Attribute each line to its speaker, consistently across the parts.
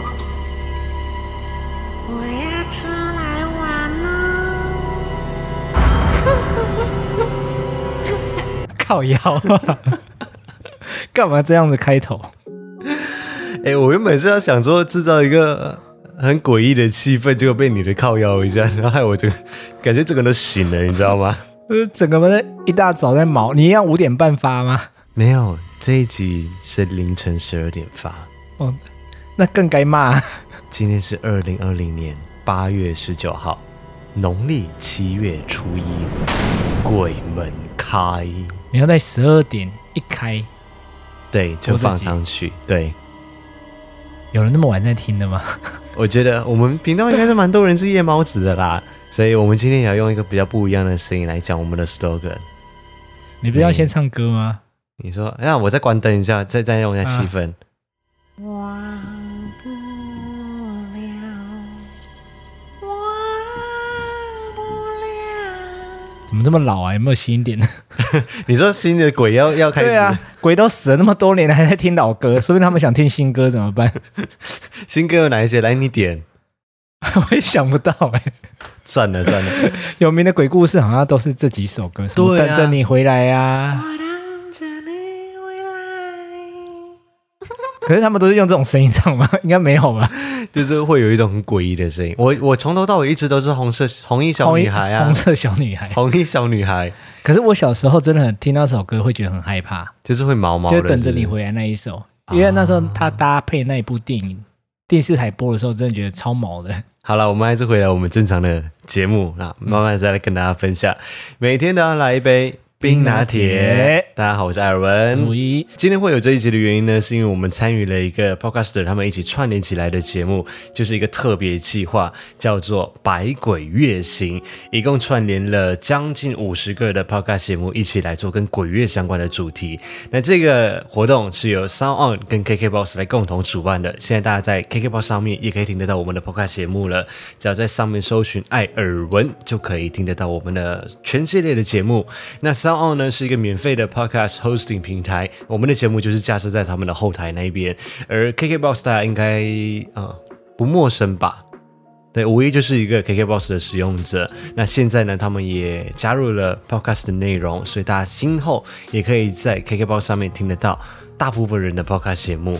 Speaker 1: 哦
Speaker 2: 靠腰、啊，干嘛这样子开头？
Speaker 3: 哎、我原本是要想说制造一个呃很诡异的气氛，结果被你的靠腰一下，然后害我这个感觉整个都醒了，你知道吗？
Speaker 2: 就是整个人一大早在毛，你一样五点半发吗？
Speaker 3: 没有，这一集是凌晨十二点发，
Speaker 2: 那更该骂。
Speaker 3: 今天是二零二零年八月十九号，农历七月初一，鬼门开，
Speaker 2: 你要在十二点一开，
Speaker 3: 对，就放上去。对，
Speaker 2: 有人那么晚在听的吗？
Speaker 3: 我觉得我们频道应该是蛮多人是夜猫子的啦，所以我们今天也要用一个比较不一样的声音来讲我们的 slogan。
Speaker 2: 你不是要先唱歌吗？
Speaker 3: 你说，让我再关灯一下，再再用一
Speaker 2: 啊
Speaker 3: 下气氛。
Speaker 1: 忘不了，忘不了。
Speaker 2: 怎么这么老啊？有没有新一点？
Speaker 3: 你说新的鬼要要开 始，
Speaker 2: 对啊，鬼都死了那么多年了，还在听老歌，说不定他们想听新歌怎么办？
Speaker 3: 新歌有哪一些？来，你点。
Speaker 2: 我也想不到哎、
Speaker 3: 算 了算了，
Speaker 2: 有名的鬼故事好像都是这几首歌，什么
Speaker 3: 对啊
Speaker 2: 等着你回来呀、啊。
Speaker 1: 我等着你回来。
Speaker 2: 可是他们都是用这种声音唱吗？应该没有吧？
Speaker 3: 就是会有一种很诡异的声音。我我从头到尾一直都是红色红衣小
Speaker 2: 红
Speaker 3: 女孩啊
Speaker 2: 红，色小女孩。
Speaker 3: 红衣小女孩
Speaker 2: 可是我小时候真的很听到这首歌会觉得很害怕，
Speaker 3: 就是会毛毛
Speaker 2: 就
Speaker 3: 的，
Speaker 2: 是等着你
Speaker 3: 是不是
Speaker 2: 回来那一首，因为那时候他搭配那一部电影，电视台播的时候真的觉得超毛的。
Speaker 3: 好了，我们还是回来我们正常的节目啦，
Speaker 2: 嗯
Speaker 3: 慢慢再来跟大家分享。每天都要来一杯
Speaker 2: 冰
Speaker 3: 冰拿
Speaker 2: 拿
Speaker 3: 铁
Speaker 2: 铁。
Speaker 3: 大家好，我是艾尔文
Speaker 2: 主。一
Speaker 3: 今天会有这一集的原因呢，是因为我们参与了一个 podcaster 他们一起串联起来的节目，就是一个特别计划，叫做《百鬼月行》，一共串联了将近五十个的 podcast 节目一起来做跟鬼月相关的主题。那这个活动是由 Sound On 跟 KKBox 来共同主办的，现在大家在 KKBox 上面也可以听得到我们的 podcast 节目了，只要在上面搜寻“艾尔文”就可以听得到我们的全系列的节目。那 Sound On 呢是一个免费的 podcast hosting 平台，我们的节目就是架设在他们的后台那边。而 KKBox 大家应该呃不陌生吧？对，无疑就是一个 KKBox 的使用者。那现在呢，他们也加入了 podcast 的内容，所以大家今后也可以在 KKBox 上面听得到大部分人的 podcast 节目。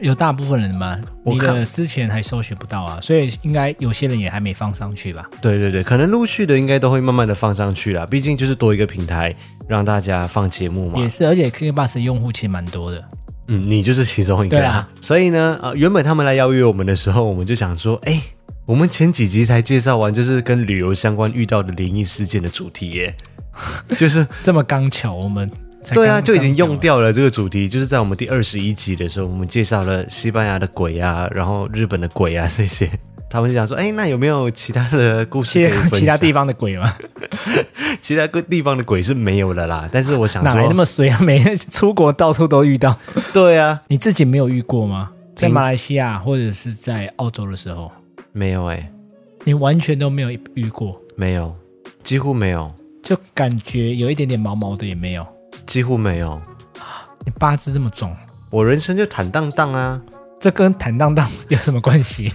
Speaker 2: 有大部分人嘛，
Speaker 3: 我
Speaker 2: 你
Speaker 3: 看
Speaker 2: 的之前还搜寻不到啊，所以应该有些人也还没放上去吧？
Speaker 3: 对对对，可能陆续的应该都会慢慢的放上去啦，毕竟就是多一个平台让大家放节目嘛
Speaker 2: 也。是，而且 KK Bus 用户其实蛮多的。
Speaker 3: 嗯，你就是其中一个。
Speaker 2: 对啊。
Speaker 3: 所以呢，呃，原本他们来邀约我们的时候，我们就想说，哎、我们前几集才介绍完，就是跟旅游相关遇到的灵异事件的主题耶， 就是
Speaker 2: 这么刚巧，我们才
Speaker 3: 对啊，
Speaker 2: 刚
Speaker 3: 就已经
Speaker 2: 刚
Speaker 3: 用。
Speaker 2: 讲完
Speaker 3: 掉了这个主题，就是在我们第二十一集的时候，我们介绍了西班牙的鬼啊，然后日本的鬼啊这些，他们就想说，哎、那有没有其他的故事可以
Speaker 2: 其
Speaker 3: 分享？
Speaker 2: 其他地方的鬼嘛，
Speaker 3: 其他各地方的鬼是没有了啦，但是我想
Speaker 2: 哪来那
Speaker 3: 说，
Speaker 2: 么衰啊？每天出国到处都遇到，
Speaker 3: 对啊，
Speaker 2: 你自己没有遇过吗？在
Speaker 3: 平
Speaker 2: 马来西亚或者是在澳洲的时候，
Speaker 3: 没有哎、
Speaker 2: 你完全都没有遇过，
Speaker 3: 没有，几乎没有，
Speaker 2: 就感觉有一点点毛毛的也没有。
Speaker 3: 几乎没有，
Speaker 2: 你八字这么重，
Speaker 3: 我人生就坦荡荡啊。
Speaker 2: 这跟坦荡荡有什么关系？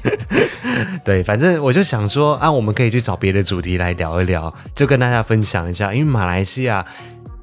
Speaker 3: 对，反正我就想说啊，我们可以去找别的主题来聊一聊，就跟大家分享一下，因为马来西亚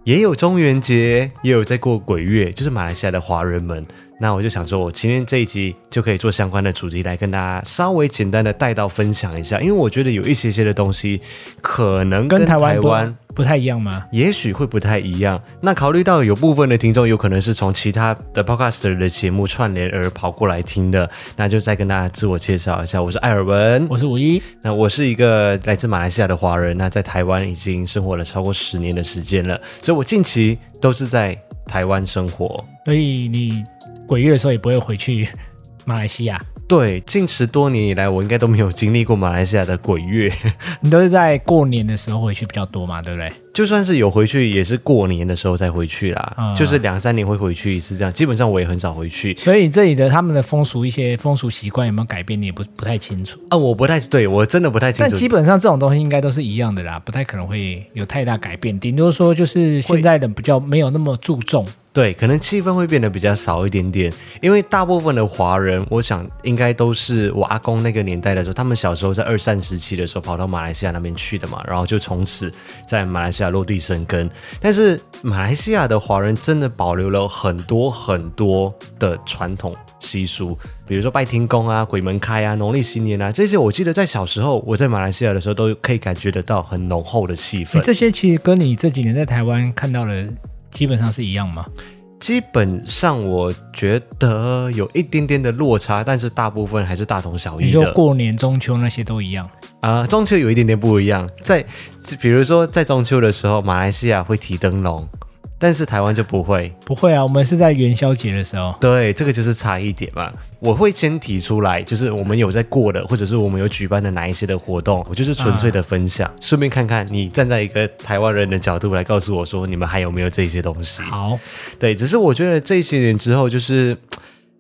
Speaker 3: 也有中元节，也有在过鬼月，就是马来西亚的华人们。那我就想说，我今天这一集就可以做相关的主题来跟大家稍微简单的带到分享一下，因为我觉得有一些些的东西可能
Speaker 2: 跟
Speaker 3: 跟
Speaker 2: 台
Speaker 3: 台
Speaker 2: 湾不
Speaker 3: 湾
Speaker 2: 不太一样吗？
Speaker 3: 也许会不太一样。那考虑到有部分的听众有可能是从其他的 podcaster 的节目串联而跑过来听的，那就再跟大家自我介绍一下，我是艾尔文，
Speaker 2: 我是五一，
Speaker 3: 那我是一个来自马来西亚的华人，那在台湾已经生活了超过十年的时间了，所以我近期都是在台湾生活。
Speaker 2: 所以你鬼月的时候也不会回去 马来西亚，
Speaker 3: 对，近十多年以来，我应该都没有经历过马来西亚的鬼 月，
Speaker 2: 你都是在过年的时候回去比较多嘛，对不对？
Speaker 3: 就算是有回去，也是过年的时候才回去啦，
Speaker 2: 啊
Speaker 3: 就是两三年会回去一次这样。基本上我也很少回去
Speaker 2: 所以这里的他们的风俗一些风俗习惯有没有改变，你也不不太清楚。
Speaker 3: 啊，我不太对，我真的不太清
Speaker 2: 但
Speaker 3: 楚
Speaker 2: 基。本上这种东西应该都是一样的啦，不太可能会有太大改变，顶多说就是现在的比较没有那么注重
Speaker 3: 对，可能气氛会变得比较少一点点，因为大部分的华人，我想应该都是我阿公那个年代的时候，他们小时候在二战时期的时候跑到马来西亚那边去的嘛，然后就从此在马来西亚落地生根。但是马来西亚的华人真的保留了很多很多的传统习俗，比如说拜天公啊、鬼门开啊、农历新年啊这些，我记得在小时候我在马来西亚的时候都可以感觉得到很浓厚的气
Speaker 2: 你
Speaker 3: 氛。
Speaker 2: 这些其实跟你这几年在台湾看到的基本上是一样吗？
Speaker 3: 基本上我觉得有一点点的落差，但是大部分还是大同小
Speaker 2: 你
Speaker 3: 异
Speaker 2: 说
Speaker 3: 的。
Speaker 2: 过年、中秋那些都一样，
Speaker 3: 啊、中秋有一点点不一样，在比如说在中秋的时候，马来西亚会提灯笼，但是台湾就不会。
Speaker 2: 不会啊，我们是在元宵节的时候。
Speaker 3: 对，这个就是差异点嘛。我会先提出来，就是我们有在过的，或者是我们有举办的哪一些的活动，我就是纯粹的分享，顺便看看你站在一个台湾人的角度来告诉我说，你们还有没有这些东西。
Speaker 2: 好，
Speaker 3: 对，只是我觉得这些年之后，就是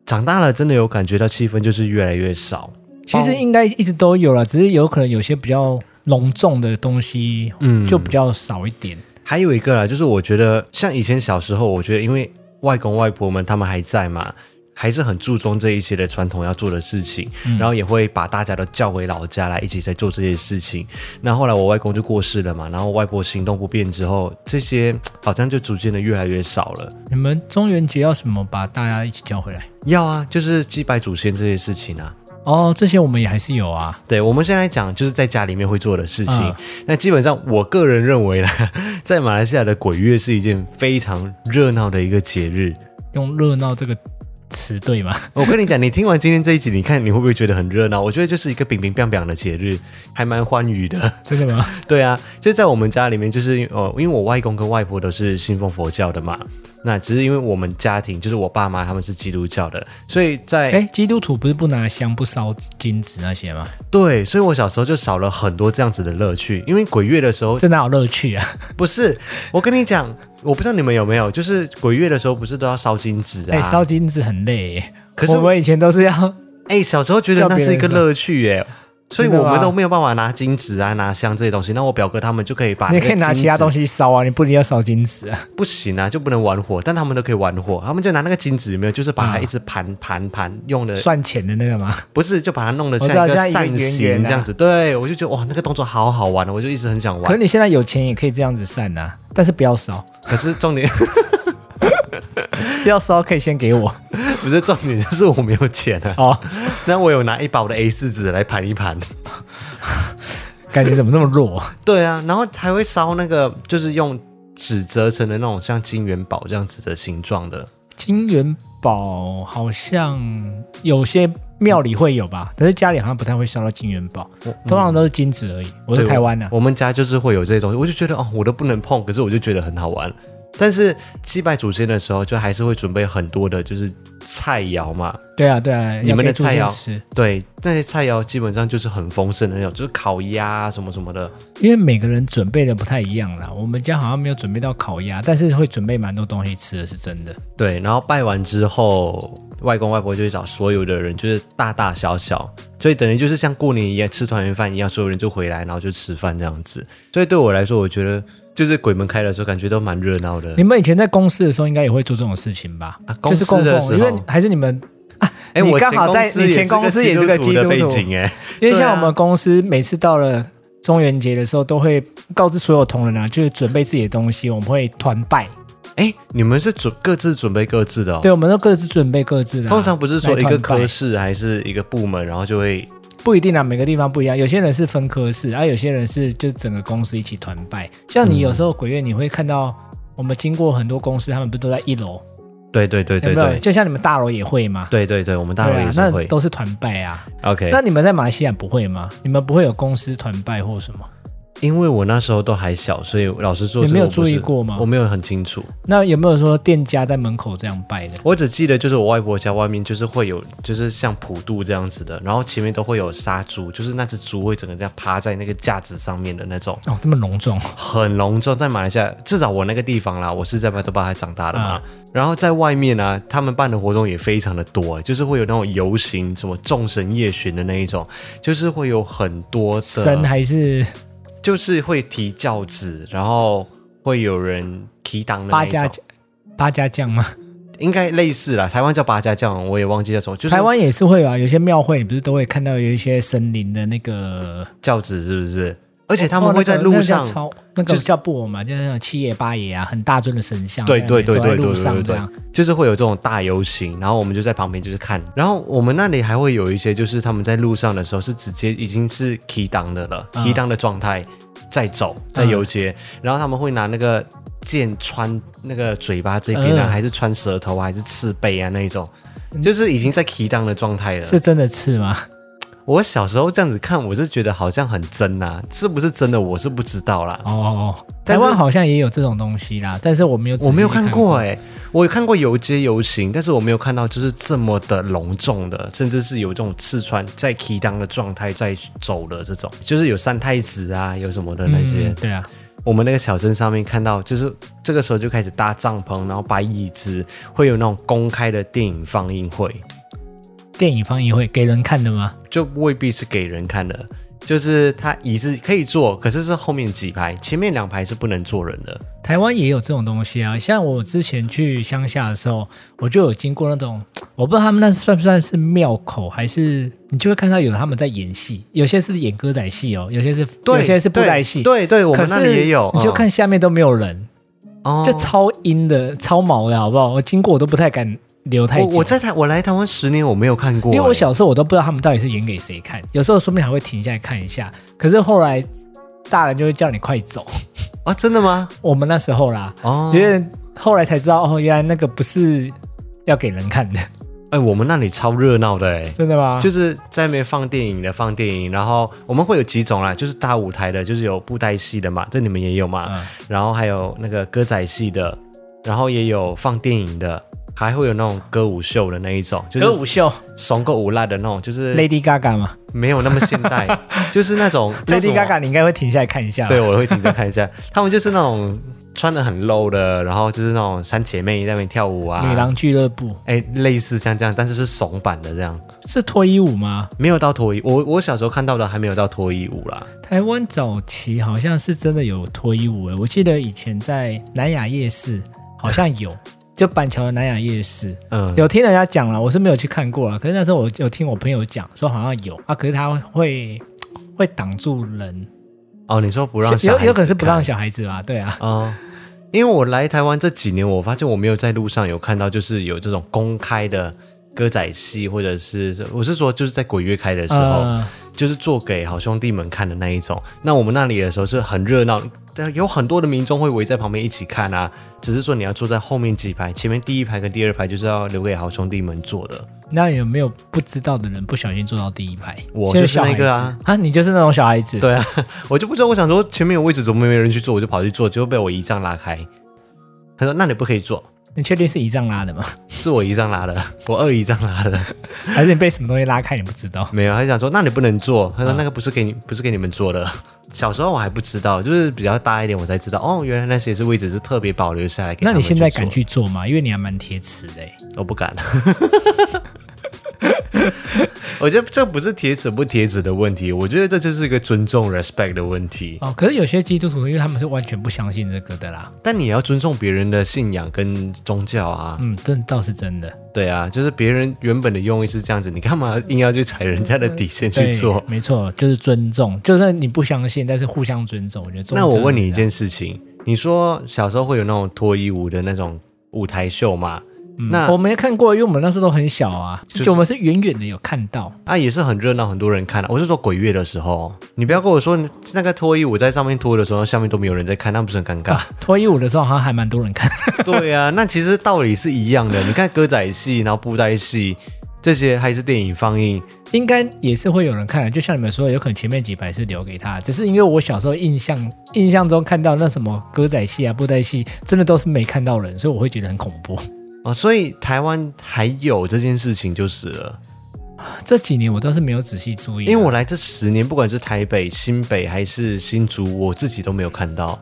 Speaker 3: 长大了，真的有感觉到气氛就是越来越少。
Speaker 2: 其实应该一直都有了，只是有可能有些比较隆重的东西，
Speaker 3: 嗯
Speaker 2: 就比较少一点。
Speaker 3: 还有一个啦，就是我觉得像以前小时候，我觉得因为外公外婆们他们还在嘛，还是很注重这一些的传统要做的事情，然后也会把大家都叫回老家来一起在做这些事情。那后来我外公就过世了嘛，然后外婆行动不便之后，这些好像就逐渐的越来越少了。
Speaker 2: 你们中元节要什么把大家一起叫回来？
Speaker 3: 要啊，就是祭拜祖先这些事情啊。
Speaker 2: 哦，这些我们也还是有啊。
Speaker 3: 对，我们现在讲就是在家里面会做的事情。
Speaker 2: 嗯
Speaker 3: 那基本上，我个人认为啦，在马来西亚的鬼月是一件非常热闹的一个节日。
Speaker 2: 用热闹这个词对吗？
Speaker 3: 我跟你讲，你听完今天这一集，你看你会不会觉得很热闹？我觉得就是一个bình bình 亮的节日，还蛮欢愉的。
Speaker 2: 真的吗？
Speaker 3: 对啊，就在我们家里面，就是呃，因为我外公跟外婆都是信奉佛教的嘛，那只是因为我们家庭就是我爸妈他们是基督教的，所以在、
Speaker 2: 哎，基督徒不是不拿香、不烧金纸那些吗？
Speaker 3: 对，所以我小时候就少了很多这样子的乐趣。因为鬼月的时候，
Speaker 2: 这哪有乐趣啊？
Speaker 3: 不是我跟你讲，我不知道你们有没有，就是鬼月的时候不是都要烧金纸啊？
Speaker 2: 哎，烧金纸很累耶。
Speaker 3: 可是
Speaker 2: 我们以前都是要
Speaker 3: 哎、小时候觉得那是一个乐趣耶，所以
Speaker 2: 真的
Speaker 3: 我
Speaker 2: 吗
Speaker 3: 们都没有办法拿金纸啊、拿香这些东西。那我表哥他们就可以把，
Speaker 2: 你也可以拿其他东
Speaker 3: 西，
Speaker 2: 西烧啊，你不一定要烧金纸啊。
Speaker 3: 不行啊，就不能玩火，但他们都可以玩火，他们就拿那个金纸，有没有，就是把它
Speaker 2: 啊
Speaker 3: 一直盘盘盘，用的
Speaker 2: 算钱的那个吗？
Speaker 3: 不是，就把它弄得
Speaker 2: 我
Speaker 3: 像
Speaker 2: 知道
Speaker 3: 一个
Speaker 2: 像一个
Speaker 3: 扇
Speaker 2: 圆圆
Speaker 3: 形
Speaker 2: 的
Speaker 3: 这样子。对，我就觉得哇，那个动作好好玩哦，我就一直很想
Speaker 2: 可是
Speaker 3: 玩。
Speaker 2: 你现在有钱也可以这样子散啊，但是不要烧，
Speaker 3: 可是重点
Speaker 2: 要烧可以先给 我
Speaker 3: 不是重点，就是我没有钱啊。
Speaker 2: 哦。
Speaker 3: 那我有拿一把我的 A 4纸来盘一盘。
Speaker 2: 感觉怎么那么弱？
Speaker 3: 对啊，然后还会烧那个，就是用纸折成的那种像金元宝这样子的形状的。
Speaker 2: 金元宝好像有些庙里会有吧，但是家里好像不太会烧到金元宝，通常都是金纸而已。我是
Speaker 3: 嗯对
Speaker 2: 台湾的、
Speaker 3: 我们家就是会有这些东西，我就觉得哦，我都不能碰，可是我就觉得很好玩。但是祭拜祖先的时候，就还是会准备很多的，就是菜肴嘛。
Speaker 2: 对啊对啊，
Speaker 3: 你们的菜肴
Speaker 2: 要给祖先吃，
Speaker 3: 对，那些菜肴基本上就是很丰盛的那种，就是烤鸭啊什么什么的。
Speaker 2: 因为每个人准备的不太一样啦。我们家好像没有准备到烤鸭，但是会准备蛮多东西吃的，是真的。
Speaker 3: 对，然后拜完之后，外公外婆就会找所有的人，就是大大小小，所以等于就是像过年一样吃团圆饭一样，所有人就回来，然后就吃饭这样子。所以对我来说，我觉得就是鬼门开的时候，感觉都蛮热闹的
Speaker 2: 你。们以前在公司的时候，应该也会做这种事情吧？
Speaker 3: 啊公
Speaker 2: 就
Speaker 3: 司
Speaker 2: 是供
Speaker 3: 的
Speaker 2: 奉，
Speaker 3: 时候
Speaker 2: 因为还是你们，
Speaker 3: 哎，
Speaker 2: 你
Speaker 3: 我
Speaker 2: 刚
Speaker 3: 前
Speaker 2: 好
Speaker 3: 公
Speaker 2: 在
Speaker 3: 司
Speaker 2: 你
Speaker 3: 也
Speaker 2: 前公司也
Speaker 3: 是
Speaker 2: 是个
Speaker 3: 的
Speaker 2: 基督
Speaker 3: 背
Speaker 2: 徒
Speaker 3: 景哎，
Speaker 2: 因为
Speaker 3: 对啊
Speaker 2: 像我们公司每次到了中元节的时候，都会告知所有同仁啊，就是准备自己的东西，我们会团拜。
Speaker 3: 哎，你们是准各自准备各自的哦。
Speaker 2: 对，我们都各自准备各自的啊、
Speaker 3: 通常不是说
Speaker 2: 来
Speaker 3: 一个
Speaker 2: 团拜
Speaker 3: 科室还是一个部门，然后就会
Speaker 2: 不一定啊，每个地方不一样。有些人是分科室，而、啊有些人是就整个公司一起团拜。像你有时候鬼月，你会看到我们经过很多公司，他们不是都在一楼？
Speaker 3: 对对对对
Speaker 2: 有没有？
Speaker 3: 对
Speaker 2: 就像你们大楼也会嘛？
Speaker 3: 对对对，我们大楼
Speaker 2: 对
Speaker 3: 也是
Speaker 2: 啊，那
Speaker 3: 会。
Speaker 2: 都是团拜啊。
Speaker 3: OK，
Speaker 2: 那你们在马来西亚不会吗？你们不会有公司团拜或什么？
Speaker 3: 因为我那时候都还小，所以老实说，
Speaker 2: 你没有
Speaker 3: 这个我不
Speaker 2: 注意
Speaker 3: 是
Speaker 2: 过吗
Speaker 3: 我没有很清楚，
Speaker 2: 那有没有说店家在门口这样拜的？
Speaker 3: 我只记得就是我外婆家外面就是会有，就是像普渡这样子的，然后前面都会有杀猪，就是那只猪会整个这样趴在那个架子上面的那种，
Speaker 2: 哦，这么隆重，
Speaker 3: 很隆重。在马来西亚，至少我那个地方啦，我是在巴都巴还长大的嘛。然后在外面呢、啊他们办的活动也非常的多，就是会有那种游行，什么众神夜巡的那一种，就是会有很多的
Speaker 2: 神还是
Speaker 3: 就是会提轿子，然后会有人提档的
Speaker 2: 八
Speaker 3: 那一
Speaker 2: 家
Speaker 3: 种
Speaker 2: 将？八家将吗？
Speaker 3: 应该类似啦。台湾叫八家将，我也忘记叫什么，就是
Speaker 2: 台湾也是会啊，有些庙会你不是都会看到有一些森林的那个，
Speaker 3: 轿子是不是？而且他
Speaker 2: 哦
Speaker 3: 们
Speaker 2: 那
Speaker 3: 会在
Speaker 2: 个
Speaker 3: 路
Speaker 2: 那个叫
Speaker 3: 上，
Speaker 2: 超那个
Speaker 3: 就是
Speaker 2: 叫布偶嘛，啊就是那种七爷八爷啊，很大尊的神像，
Speaker 3: 对对
Speaker 2: 走
Speaker 3: 对
Speaker 2: 在
Speaker 3: 对对
Speaker 2: 路上
Speaker 3: 对
Speaker 2: 这
Speaker 3: 对
Speaker 2: 样，，
Speaker 3: 就是会有这种大游行，然后我们就在旁边就是看，然后我们那里还会有一些，就是他们在路上的时候是直接已经是 key 档的了
Speaker 2: 嗯
Speaker 3: ，key 档的状态在走在游街，然后他们会拿那个剑穿那个嘴巴这边啊，
Speaker 2: 嗯
Speaker 3: 还是穿舌头啊，还是刺背啊那一种，就是已经在 key 档的状态了。
Speaker 2: 是真的刺吗？
Speaker 3: 我小时候这样子看，我是觉得好像很真呐、是不是真的我是不知道啦。
Speaker 2: 哦，台
Speaker 3: 但是
Speaker 2: 湾好像也有这种东西啦，但是我没有仔细
Speaker 3: 我没有
Speaker 2: 看
Speaker 3: 看过哎、我有看过游街游行，但是我没有看到就是这么的隆重的，甚至是有这种刺穿在 key 当的状态在走的这种，就是有三太子啊，有什么的那些。
Speaker 2: 嗯对啊，
Speaker 3: 我们那个小镇上面看到，就是这个时候就开始搭帐篷，然后摆椅子，会有那种公开的电影放映会，
Speaker 2: 电影放映会给人看的吗？
Speaker 3: 就未必是给人看的。就是他椅子可以坐，可是是后面几排，前面两排是不能坐人的。
Speaker 2: 台湾也有这种东西啊，像我之前去乡下的时候，我就有经过那种，我不知道他们那算不算是庙口，还是你就会看到有他们在演戏，有些是演歌仔戏哦，有些是
Speaker 3: 对，
Speaker 2: 有些是布
Speaker 3: 对
Speaker 2: 袋戏，，
Speaker 3: 对对，我们那里也有，
Speaker 2: 你就
Speaker 3: 嗯
Speaker 2: 看下面都没有人，
Speaker 3: 哦
Speaker 2: 就超阴的、超毛的好不好？我经过我都不太敢留太久。
Speaker 3: 我我在台我来台湾十年，我没有看过、
Speaker 2: 因为我
Speaker 3: 欸
Speaker 2: 小时候我都不知道他们到底是演给谁看，有时候说不定还会停下来看一下。可是后来大人就会叫你快走，
Speaker 3: 啊，真的吗？
Speaker 2: 我们那时候啦，
Speaker 3: 哦，
Speaker 2: 因为后来才知道哦，原来那个不是要给人看的，
Speaker 3: 哎、我们那里超热闹的哎、
Speaker 2: 真的吗？就
Speaker 3: 就是在那边放电影的放电影，然后我们会有几种啦，就是大舞台的，就是有布袋戏的嘛，这你们也有嘛，
Speaker 2: 嗯
Speaker 3: 然后还有那个歌仔戏的，然后也有放电影的，还会有那种歌舞秀的那一种，就是呃
Speaker 2: 歌舞秀
Speaker 3: 怂够无赖的那种，就是
Speaker 2: ，Lady Gaga 嘛
Speaker 3: 没有那么现 代，就是那种叫什
Speaker 2: ，Lady
Speaker 3: 么
Speaker 2: Gaga 你应该会停下来看一下。啊
Speaker 3: 对，，我会停着看一下。 他们就是那种穿的很露的，然后就是那种三姐妹在那边跳舞啊，
Speaker 2: 女郎俱乐部
Speaker 3: 哎，类似像这样，但是是怂版的这样，
Speaker 2: 是脱衣舞吗？
Speaker 3: 没有到脱衣。我我小时候看到的还没有到脱衣舞啦。
Speaker 2: 台湾早期好像是真的有脱衣舞诶，欸我记得以前在南雅夜市好像 有，就板桥的南雅夜市。
Speaker 3: 嗯，
Speaker 2: 有听人家讲了，我是没有去看过了。可是那时候我有听我朋友讲，说好像有啊，可是他会会挡住人，
Speaker 3: 哦，你说不让小
Speaker 2: 有
Speaker 3: 孩子
Speaker 2: 有可能是不让
Speaker 3: 看
Speaker 2: 小孩子吧？对啊，
Speaker 3: 哦。因为我来台湾这几年，我发现我没有在路上有看到，就是有这种公开的歌仔戏，或者是我是说，就是在鬼月开的时候，
Speaker 2: 呃
Speaker 3: 就是做给好兄弟们看的那一种。那我们那里的时候是很热闹，但有很多的民众会围在旁边一起看啊。只是说你要坐在后面几排，前面第一排跟第二排就是要留给好兄弟们坐的。
Speaker 2: 那有没有不知道的人不小心坐到第一排？
Speaker 3: 我就是
Speaker 2: 像小孩子
Speaker 3: 那个啊
Speaker 2: 啊，你就是那种小孩子。
Speaker 3: 对啊， 我就不知道，我想说前面有位置怎么没人去坐，我就跑去坐，结果被我姨丈拉开。他说：“那你不可以坐。
Speaker 2: 你确定是一丈拉的吗？”
Speaker 3: 是我姨丈拉的， 我二姨丈拉
Speaker 2: 嗯
Speaker 3: 的，
Speaker 2: 还是你被什么东西拉开？你不知道？
Speaker 3: 没有。他就想说，那你不能坐。他说
Speaker 2: 嗯
Speaker 3: 那个不是给你，不是给你们坐的。 小时候我还不知道，就是比较大一点我才知道，哦，原来那些是位置是特别保留下来 给
Speaker 2: 那
Speaker 3: 他
Speaker 2: 你
Speaker 3: 们
Speaker 2: 现在
Speaker 3: 坐
Speaker 2: 敢去做吗？因为你还蛮铁齿的、欸。
Speaker 3: 我不敢。 我觉得这不是贴纸不贴纸的问题，我觉得这就是一个尊重 respect 的问题。
Speaker 2: 哦，可是有些基督徒，因为他们是完全不相信这个的啦。
Speaker 3: 但你也要尊重别人的信仰跟宗教啊，
Speaker 2: 嗯，这倒是真的。
Speaker 3: 对啊，就是别人原本的用意是这样子，你干嘛硬要去踩人家的底线去
Speaker 2: 对
Speaker 3: 做？
Speaker 2: 没错，就是尊重。就算你不相信，但是互相尊重，我觉得。
Speaker 3: 那我问你一，件事情，你说小时候会有那种脱衣舞的那种舞台秀嘛？那
Speaker 2: 我没看过，因为我们那时候都很小啊，
Speaker 3: 是
Speaker 2: 就我们是远远的有看到。
Speaker 3: 啊，也是很热闹，很多人看、啊。我是说鬼月的时候，你不要跟我说你那个脱衣舞在上面脱的时候，下面都没有人在看，那不是很尴尬？
Speaker 2: 脱衣舞的时候好像还蛮多人看，
Speaker 3: 对啊，那其实道理是一样的。你看歌仔戏，然后布袋戏这些，还是电影放映，
Speaker 2: 应该也是会有人看的。就像你们说的，有可能前面几排是留给他，只是因为我小时候印象印象中看到那什么歌仔戏啊、布袋戏，真的都是没看到人，所以我会觉得很恐 怖。
Speaker 3: 哦，所以台湾还有这件事情就是了。
Speaker 2: 这几年我倒是没有仔细注意啊，
Speaker 3: 因为我来这十年，不管是台北、新北还是新竹，我自己都没有看到，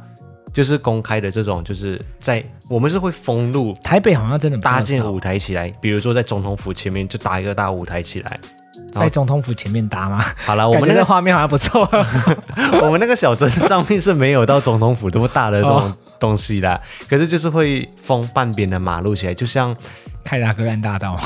Speaker 3: 就是公开的这种，就是在我们是会封路
Speaker 2: 台北好像真的比较
Speaker 3: 搭建
Speaker 2: 少
Speaker 3: 舞台起来，比如说在总统府前面就搭一个大舞台起来。
Speaker 2: 在总统府前面搭吗？
Speaker 3: 好哦了，我们那
Speaker 2: 感觉
Speaker 3: 个
Speaker 2: 这 画面好像不错。哦
Speaker 3: 我们那个小镇上面是没有到总统府这么大的这种东西啦，可是就是会封半边的马路起来，就像
Speaker 2: 开大哥干大道，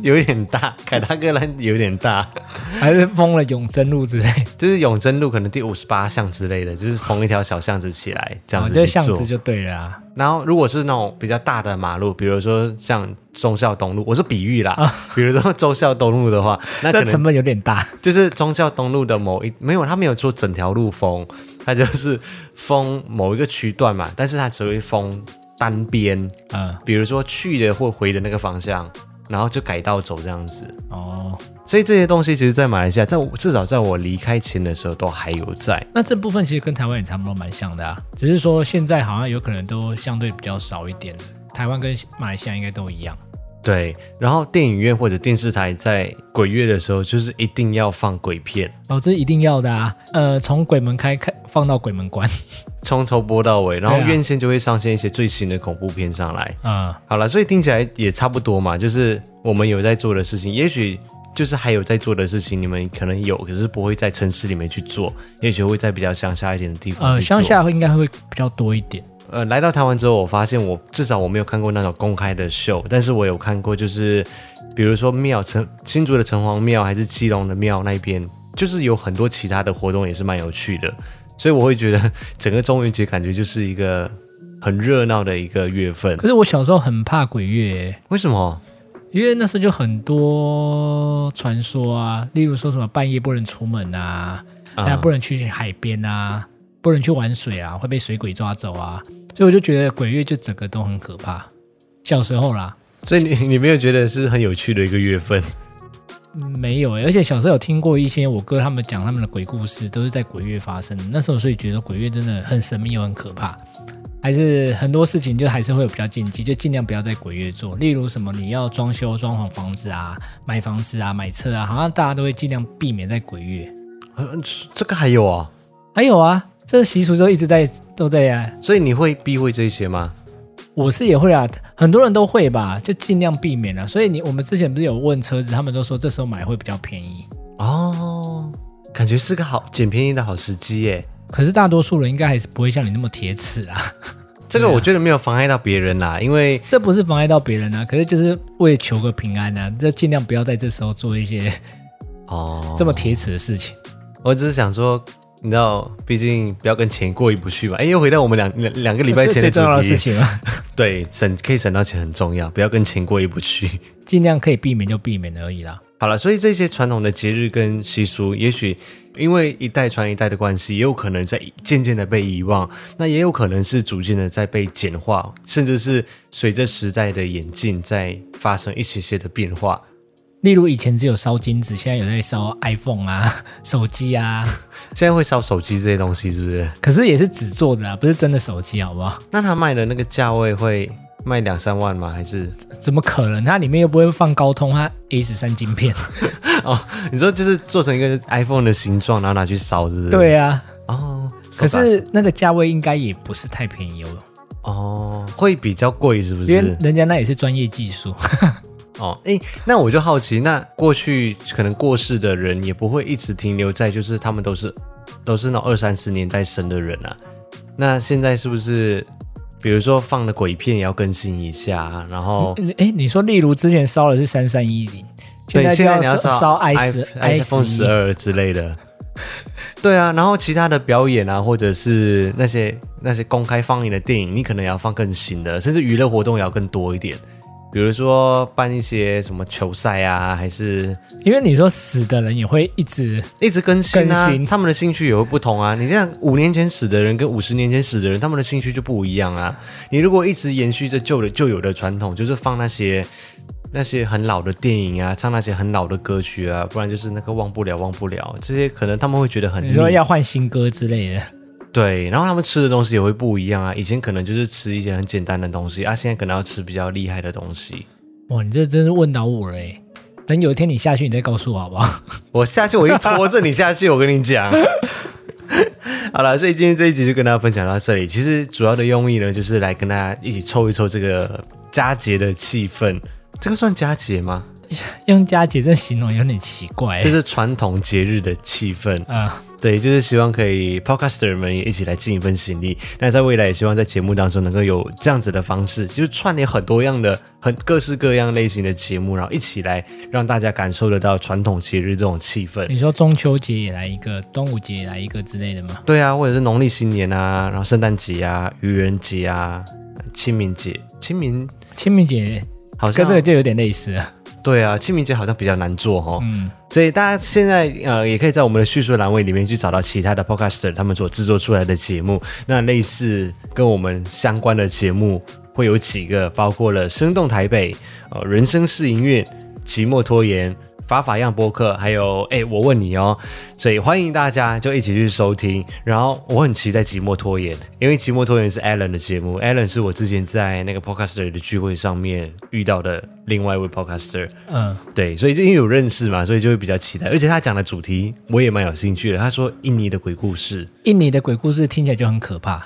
Speaker 3: 有一点大，凯达格兰有点大，
Speaker 2: 还是封了永贞路之类，
Speaker 3: 就是永贞路可能第五十八巷之类的，就是缝一条小巷子起来这
Speaker 2: 然
Speaker 3: 样
Speaker 2: 后
Speaker 3: 子
Speaker 2: 哦就
Speaker 3: 去
Speaker 2: 巷
Speaker 3: 做。
Speaker 2: 子就对了啊。
Speaker 3: 然后如果是那种比较大的马路，比如说像忠孝东路，我是比喻啦，
Speaker 2: 哦
Speaker 3: 比如说忠孝东路的话，那可
Speaker 2: 这成
Speaker 3: 能
Speaker 2: 本有点大，
Speaker 3: 就是忠孝东路的某一没有，他没有做整条路封，他就是封某一个区段嘛，但是他只会封单边，
Speaker 2: 嗯，
Speaker 3: 比如说去的或回的那个方向，然后就改道走这样子。
Speaker 2: 哦，
Speaker 3: 所以这些东西其实，在马来西亚，在我至少在我离开前的时候都还有在。
Speaker 2: 那这部分其实跟台湾也差不多蛮像的啊，只是说现在好像有可能都相对比较少一点了。台湾跟马来西亚应该都一样，
Speaker 3: 对，然后电影院或者电视台在鬼月的时候，就是一定要放鬼片，
Speaker 2: 哦，这是一定要的啊。呃，从鬼门开开放到鬼门关，
Speaker 3: 从头播到尾，然后
Speaker 2: 对啊
Speaker 3: 院线就会上线一些最新的恐怖片上来。
Speaker 2: 嗯，
Speaker 3: 好了，所以听起来也差不多嘛，就是我们有在做的事情，也许就是还有在做的事情，你们可能有，可是不会在城市里面去做，也许会在比较乡下一点的地方
Speaker 2: 呃，
Speaker 3: 去做
Speaker 2: 乡下会应该会比较多一点。
Speaker 3: 呃，来到台湾之后，我发现我至少我没有看过那种公开的秀，但是我有看过，就是比如说庙城新竹的城隍庙，还是基隆的庙那边，就是有很多其他的活动也是蛮有趣的，所以我会觉得整个中元节感觉就是一个很热闹的一个月份。
Speaker 2: 可是我小时候很怕鬼月欸、
Speaker 3: 为什么？
Speaker 2: 因为那时候就很多传说啊，例如说什么半夜不能出门啊，大
Speaker 3: 啊
Speaker 2: 家不能去海边啊，不能去玩水啊，会被水鬼抓走啊，所以我就觉得鬼月就整个都很可怕。小时候啦，
Speaker 3: 所以你你没有觉得是很有趣的一个月份？
Speaker 2: 嗯没有欸、而且小时候有听过一些我哥他们讲他们的鬼故事，都是在鬼月发生的。那时候所以觉得鬼月真的很神秘又很可怕，还是很多事情就还是会有比较禁忌，就尽量不要在鬼月做。例如什么你要装修装潢房子啊、买房子啊、买车啊，好像大家都会尽量避免在鬼月。
Speaker 3: 呃这个还有啊、
Speaker 2: 还有啊，这个习俗都一直在都在啊，
Speaker 3: 所以你会避讳这些吗？
Speaker 2: 我是也会啊，很多人都会吧，就尽量避免啊。所以你我们之前不是有问车子，他们都说这时候买会比较便宜。
Speaker 3: 哦，感觉是个好捡便宜的好时机耶。
Speaker 2: 可是大多数人应该还是不会像你那么铁齿啊，
Speaker 3: 这个我觉得没有妨碍到别人啦，因为
Speaker 2: 这不是妨碍到别人啊，可是就是为求个平安啊，就尽量不要在这时候做一些
Speaker 3: 哦，
Speaker 2: 这么铁齿的事情。
Speaker 3: 我只是想说，你知道，毕竟不要跟钱过意不去嘛。哎，又回到我们两两两个礼拜前
Speaker 2: 最
Speaker 3: 的主
Speaker 2: 重要的事
Speaker 3: 题，
Speaker 2: 情啊，
Speaker 3: 对，省可以省到钱很重要，不要跟钱过意不去。
Speaker 2: 尽量可以避免就避免而已啦。
Speaker 3: 好了，所以这些传统的节日跟习俗，也许因为一代传一代的关系，也有可能在渐渐的被遗忘，那也有可能是逐渐的在被简化，甚至是随着时代的演进，在发生一些些的变化。
Speaker 2: 例如以前只有烧金纸，现在有在烧 iPhone 啊、 手机啊，
Speaker 3: 现在会烧手机这些东西，是不是？
Speaker 2: 可是也是纸做的啊，不是真的手机，好不好？
Speaker 3: 那他卖的那个价位会卖两三万吗？还是
Speaker 2: 怎么可能？它里面又不会放高通，它 A 十三晶片。
Speaker 3: 你说就是做成一个 iPhone 的形状，然后拿去烧，是不是？
Speaker 2: 对啊，
Speaker 3: 哦，
Speaker 2: 可
Speaker 3: 手把
Speaker 2: 是那个价位应该也不是太便宜哦，
Speaker 3: 哦会比较贵，是不
Speaker 2: 因为
Speaker 3: 是？
Speaker 2: 人家那也是专业技术。
Speaker 3: 哦，诶，那我就好奇，那过去可能过世的人也不会一直停留在，就是他们都是都是那种二三十年代生的人啊。那现在是不是，比如说放的鬼片也要更新一下，然后、
Speaker 2: 嗯哎、你说例如之前烧的是三三一零，现
Speaker 3: 对，
Speaker 2: 在就
Speaker 3: 现在
Speaker 2: 要
Speaker 3: 你要
Speaker 2: 烧
Speaker 3: 烧
Speaker 2: i 十 i
Speaker 3: iPhone 十
Speaker 2: 十一，
Speaker 3: 二之类的。 对啊，然后其他的表演啊，或者是那些那些公开放映的电影，你可能也要放更新的，甚至娱乐活动也要更多一点，比如说办一些什么球赛啊，还是
Speaker 2: 因为你说死的人也会一直
Speaker 3: 一直更新啊，
Speaker 2: 更新
Speaker 3: 他们的兴趣也会不同啊。你像五年前死的人跟五十年前死的人，他们的兴趣就不一样啊。你如果一直延续着旧的旧有的传统，就是放那些那些很老的电影啊，唱那些很老的歌曲啊，不然就是那个忘不了忘不了这些，可能他们会觉得很
Speaker 2: 你说
Speaker 3: 腻。
Speaker 2: 要换新歌之类的，
Speaker 3: 对，然后他们吃的东西也会不一样啊。以前可能就是吃一些很简单的东西啊，现在可能要吃比较厉害的东西。
Speaker 2: 哇，你这真是问倒我了哎！等有一天你下去，你再告诉我好不好？
Speaker 3: 我下去，我一定拖着你下去，我跟你讲。好了，所以今天这一集就跟大家分享到这里。其实主要的用意呢，就是来跟大家一起凑一凑这个佳节的气氛。这个算佳节吗？
Speaker 2: 用佳节这形容有点奇怪、
Speaker 3: 这是传统节日的气氛。
Speaker 2: 啊、
Speaker 3: 对，就是希望可以 podcaster 们也一起来尽一份心力。那在未来也希望在节目当中能够有这样子的方式，就是串联很多样的、很各式各样类型的节目，然后一起来让大家感受得到传统节日这种气氛。
Speaker 2: 你说中秋节也来一个，端午节也来一个之类的吗？
Speaker 3: 对啊，或者是农历新年啊，然后圣诞节啊、愚人节啊、清明节、清明
Speaker 2: 清明节
Speaker 3: 好像
Speaker 2: 跟这个就有点类似了。
Speaker 3: 对啊，清明节好像比较难做哦。
Speaker 2: 嗯，
Speaker 3: 所以大家现在呃，也可以在我们的叙述栏位里面去找到其他的 podcaster 他们所制作出来的节目。那类似跟我们相关的节目会有几个，包括了《生动台北》、呃《人生试营运》、《寂寞拖延》、《法法样播客》，还有哎、我问你哦。所以欢迎大家就一起去收听。然后我很期待《寂寞拖延》，因为《寂寞拖延》是 Alan 的节目，Alan 是我之前在那个 podcaster 的聚会上面遇到的另外一位 podcaster。
Speaker 2: 嗯，
Speaker 3: 对，所以就因为有认识嘛，所以就会比较期待。而且他讲的主题我也蛮有兴趣的。他说印尼的鬼故事，
Speaker 2: 印尼的鬼故事听起来就很可怕，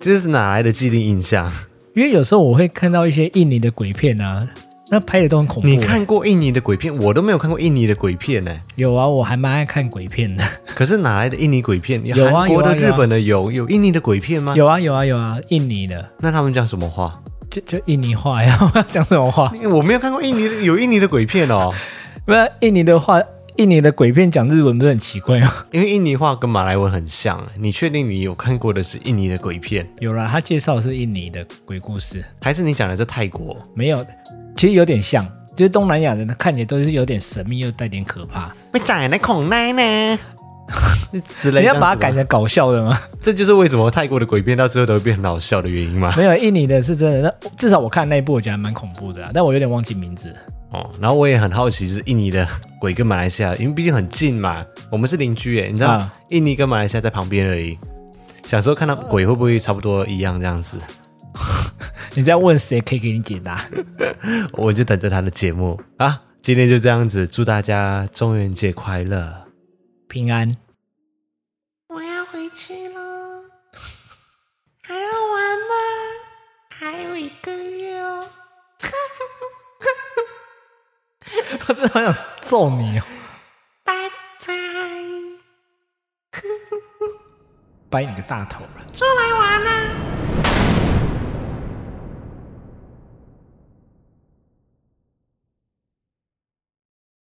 Speaker 3: 这是哪来的既定印象？
Speaker 2: 因为有时候我会看到一些印尼的鬼片啊，那拍的都很恐怖。啊
Speaker 3: 你看过印尼的鬼片？我都没有看过印尼的鬼片呢、
Speaker 2: 有啊，我还蛮爱看鬼片的。
Speaker 3: 可是哪来的印尼鬼片？
Speaker 2: 有啊
Speaker 3: 韩国
Speaker 2: 有
Speaker 3: 的、
Speaker 2: 啊有
Speaker 3: 日
Speaker 2: 啊
Speaker 3: 本的有有印尼的鬼片吗？。
Speaker 2: 有啊，有啊，有啊，印尼的，
Speaker 3: 那他们讲什么话？
Speaker 2: 就就印尼话呀，我要讲什么 话？
Speaker 3: 我没有看过印尼的有印尼的鬼片哦，
Speaker 2: 不是印尼的话，印尼的鬼片讲日文不是很奇怪吗？
Speaker 3: 因为印尼话跟马来文很像。你确定你有看过的是印尼的鬼片，
Speaker 2: 有啦，他介绍的是印尼的鬼故事，
Speaker 3: 还是你讲的是泰国？
Speaker 2: 没有，其实有点像，就是东南亚人看起来都是有点神秘又带点可怕。
Speaker 3: 被宰的孔奶奶之类的。
Speaker 2: 你要把它改成搞笑的吗？
Speaker 3: 这就是为什么泰国的鬼片到最后都会变很好笑的原因嘛。
Speaker 2: 没有，印尼的是真的，那至少我看那一部我觉得还蛮恐怖的啦，但我有点忘记名字了。
Speaker 3: 哦，然后我也很好奇，就是印尼的鬼跟马来西亚，因为毕竟很近嘛，我们是邻居诶，你知道、
Speaker 2: 啊
Speaker 3: 印尼跟马来西亚在旁边而已。想说看到鬼会不会差不多一样这样子，
Speaker 2: 你在问谁可以给你解答？
Speaker 3: 我就等着他的节目啊。今天就这样子，祝大家中元节快乐。
Speaker 2: 平安。
Speaker 1: 我要回去了，还要玩吗？还有一个月哦。
Speaker 2: 我真的好想揍你哦！
Speaker 1: 拜 拜，
Speaker 2: 掰你个大头了。
Speaker 1: 出来玩啊！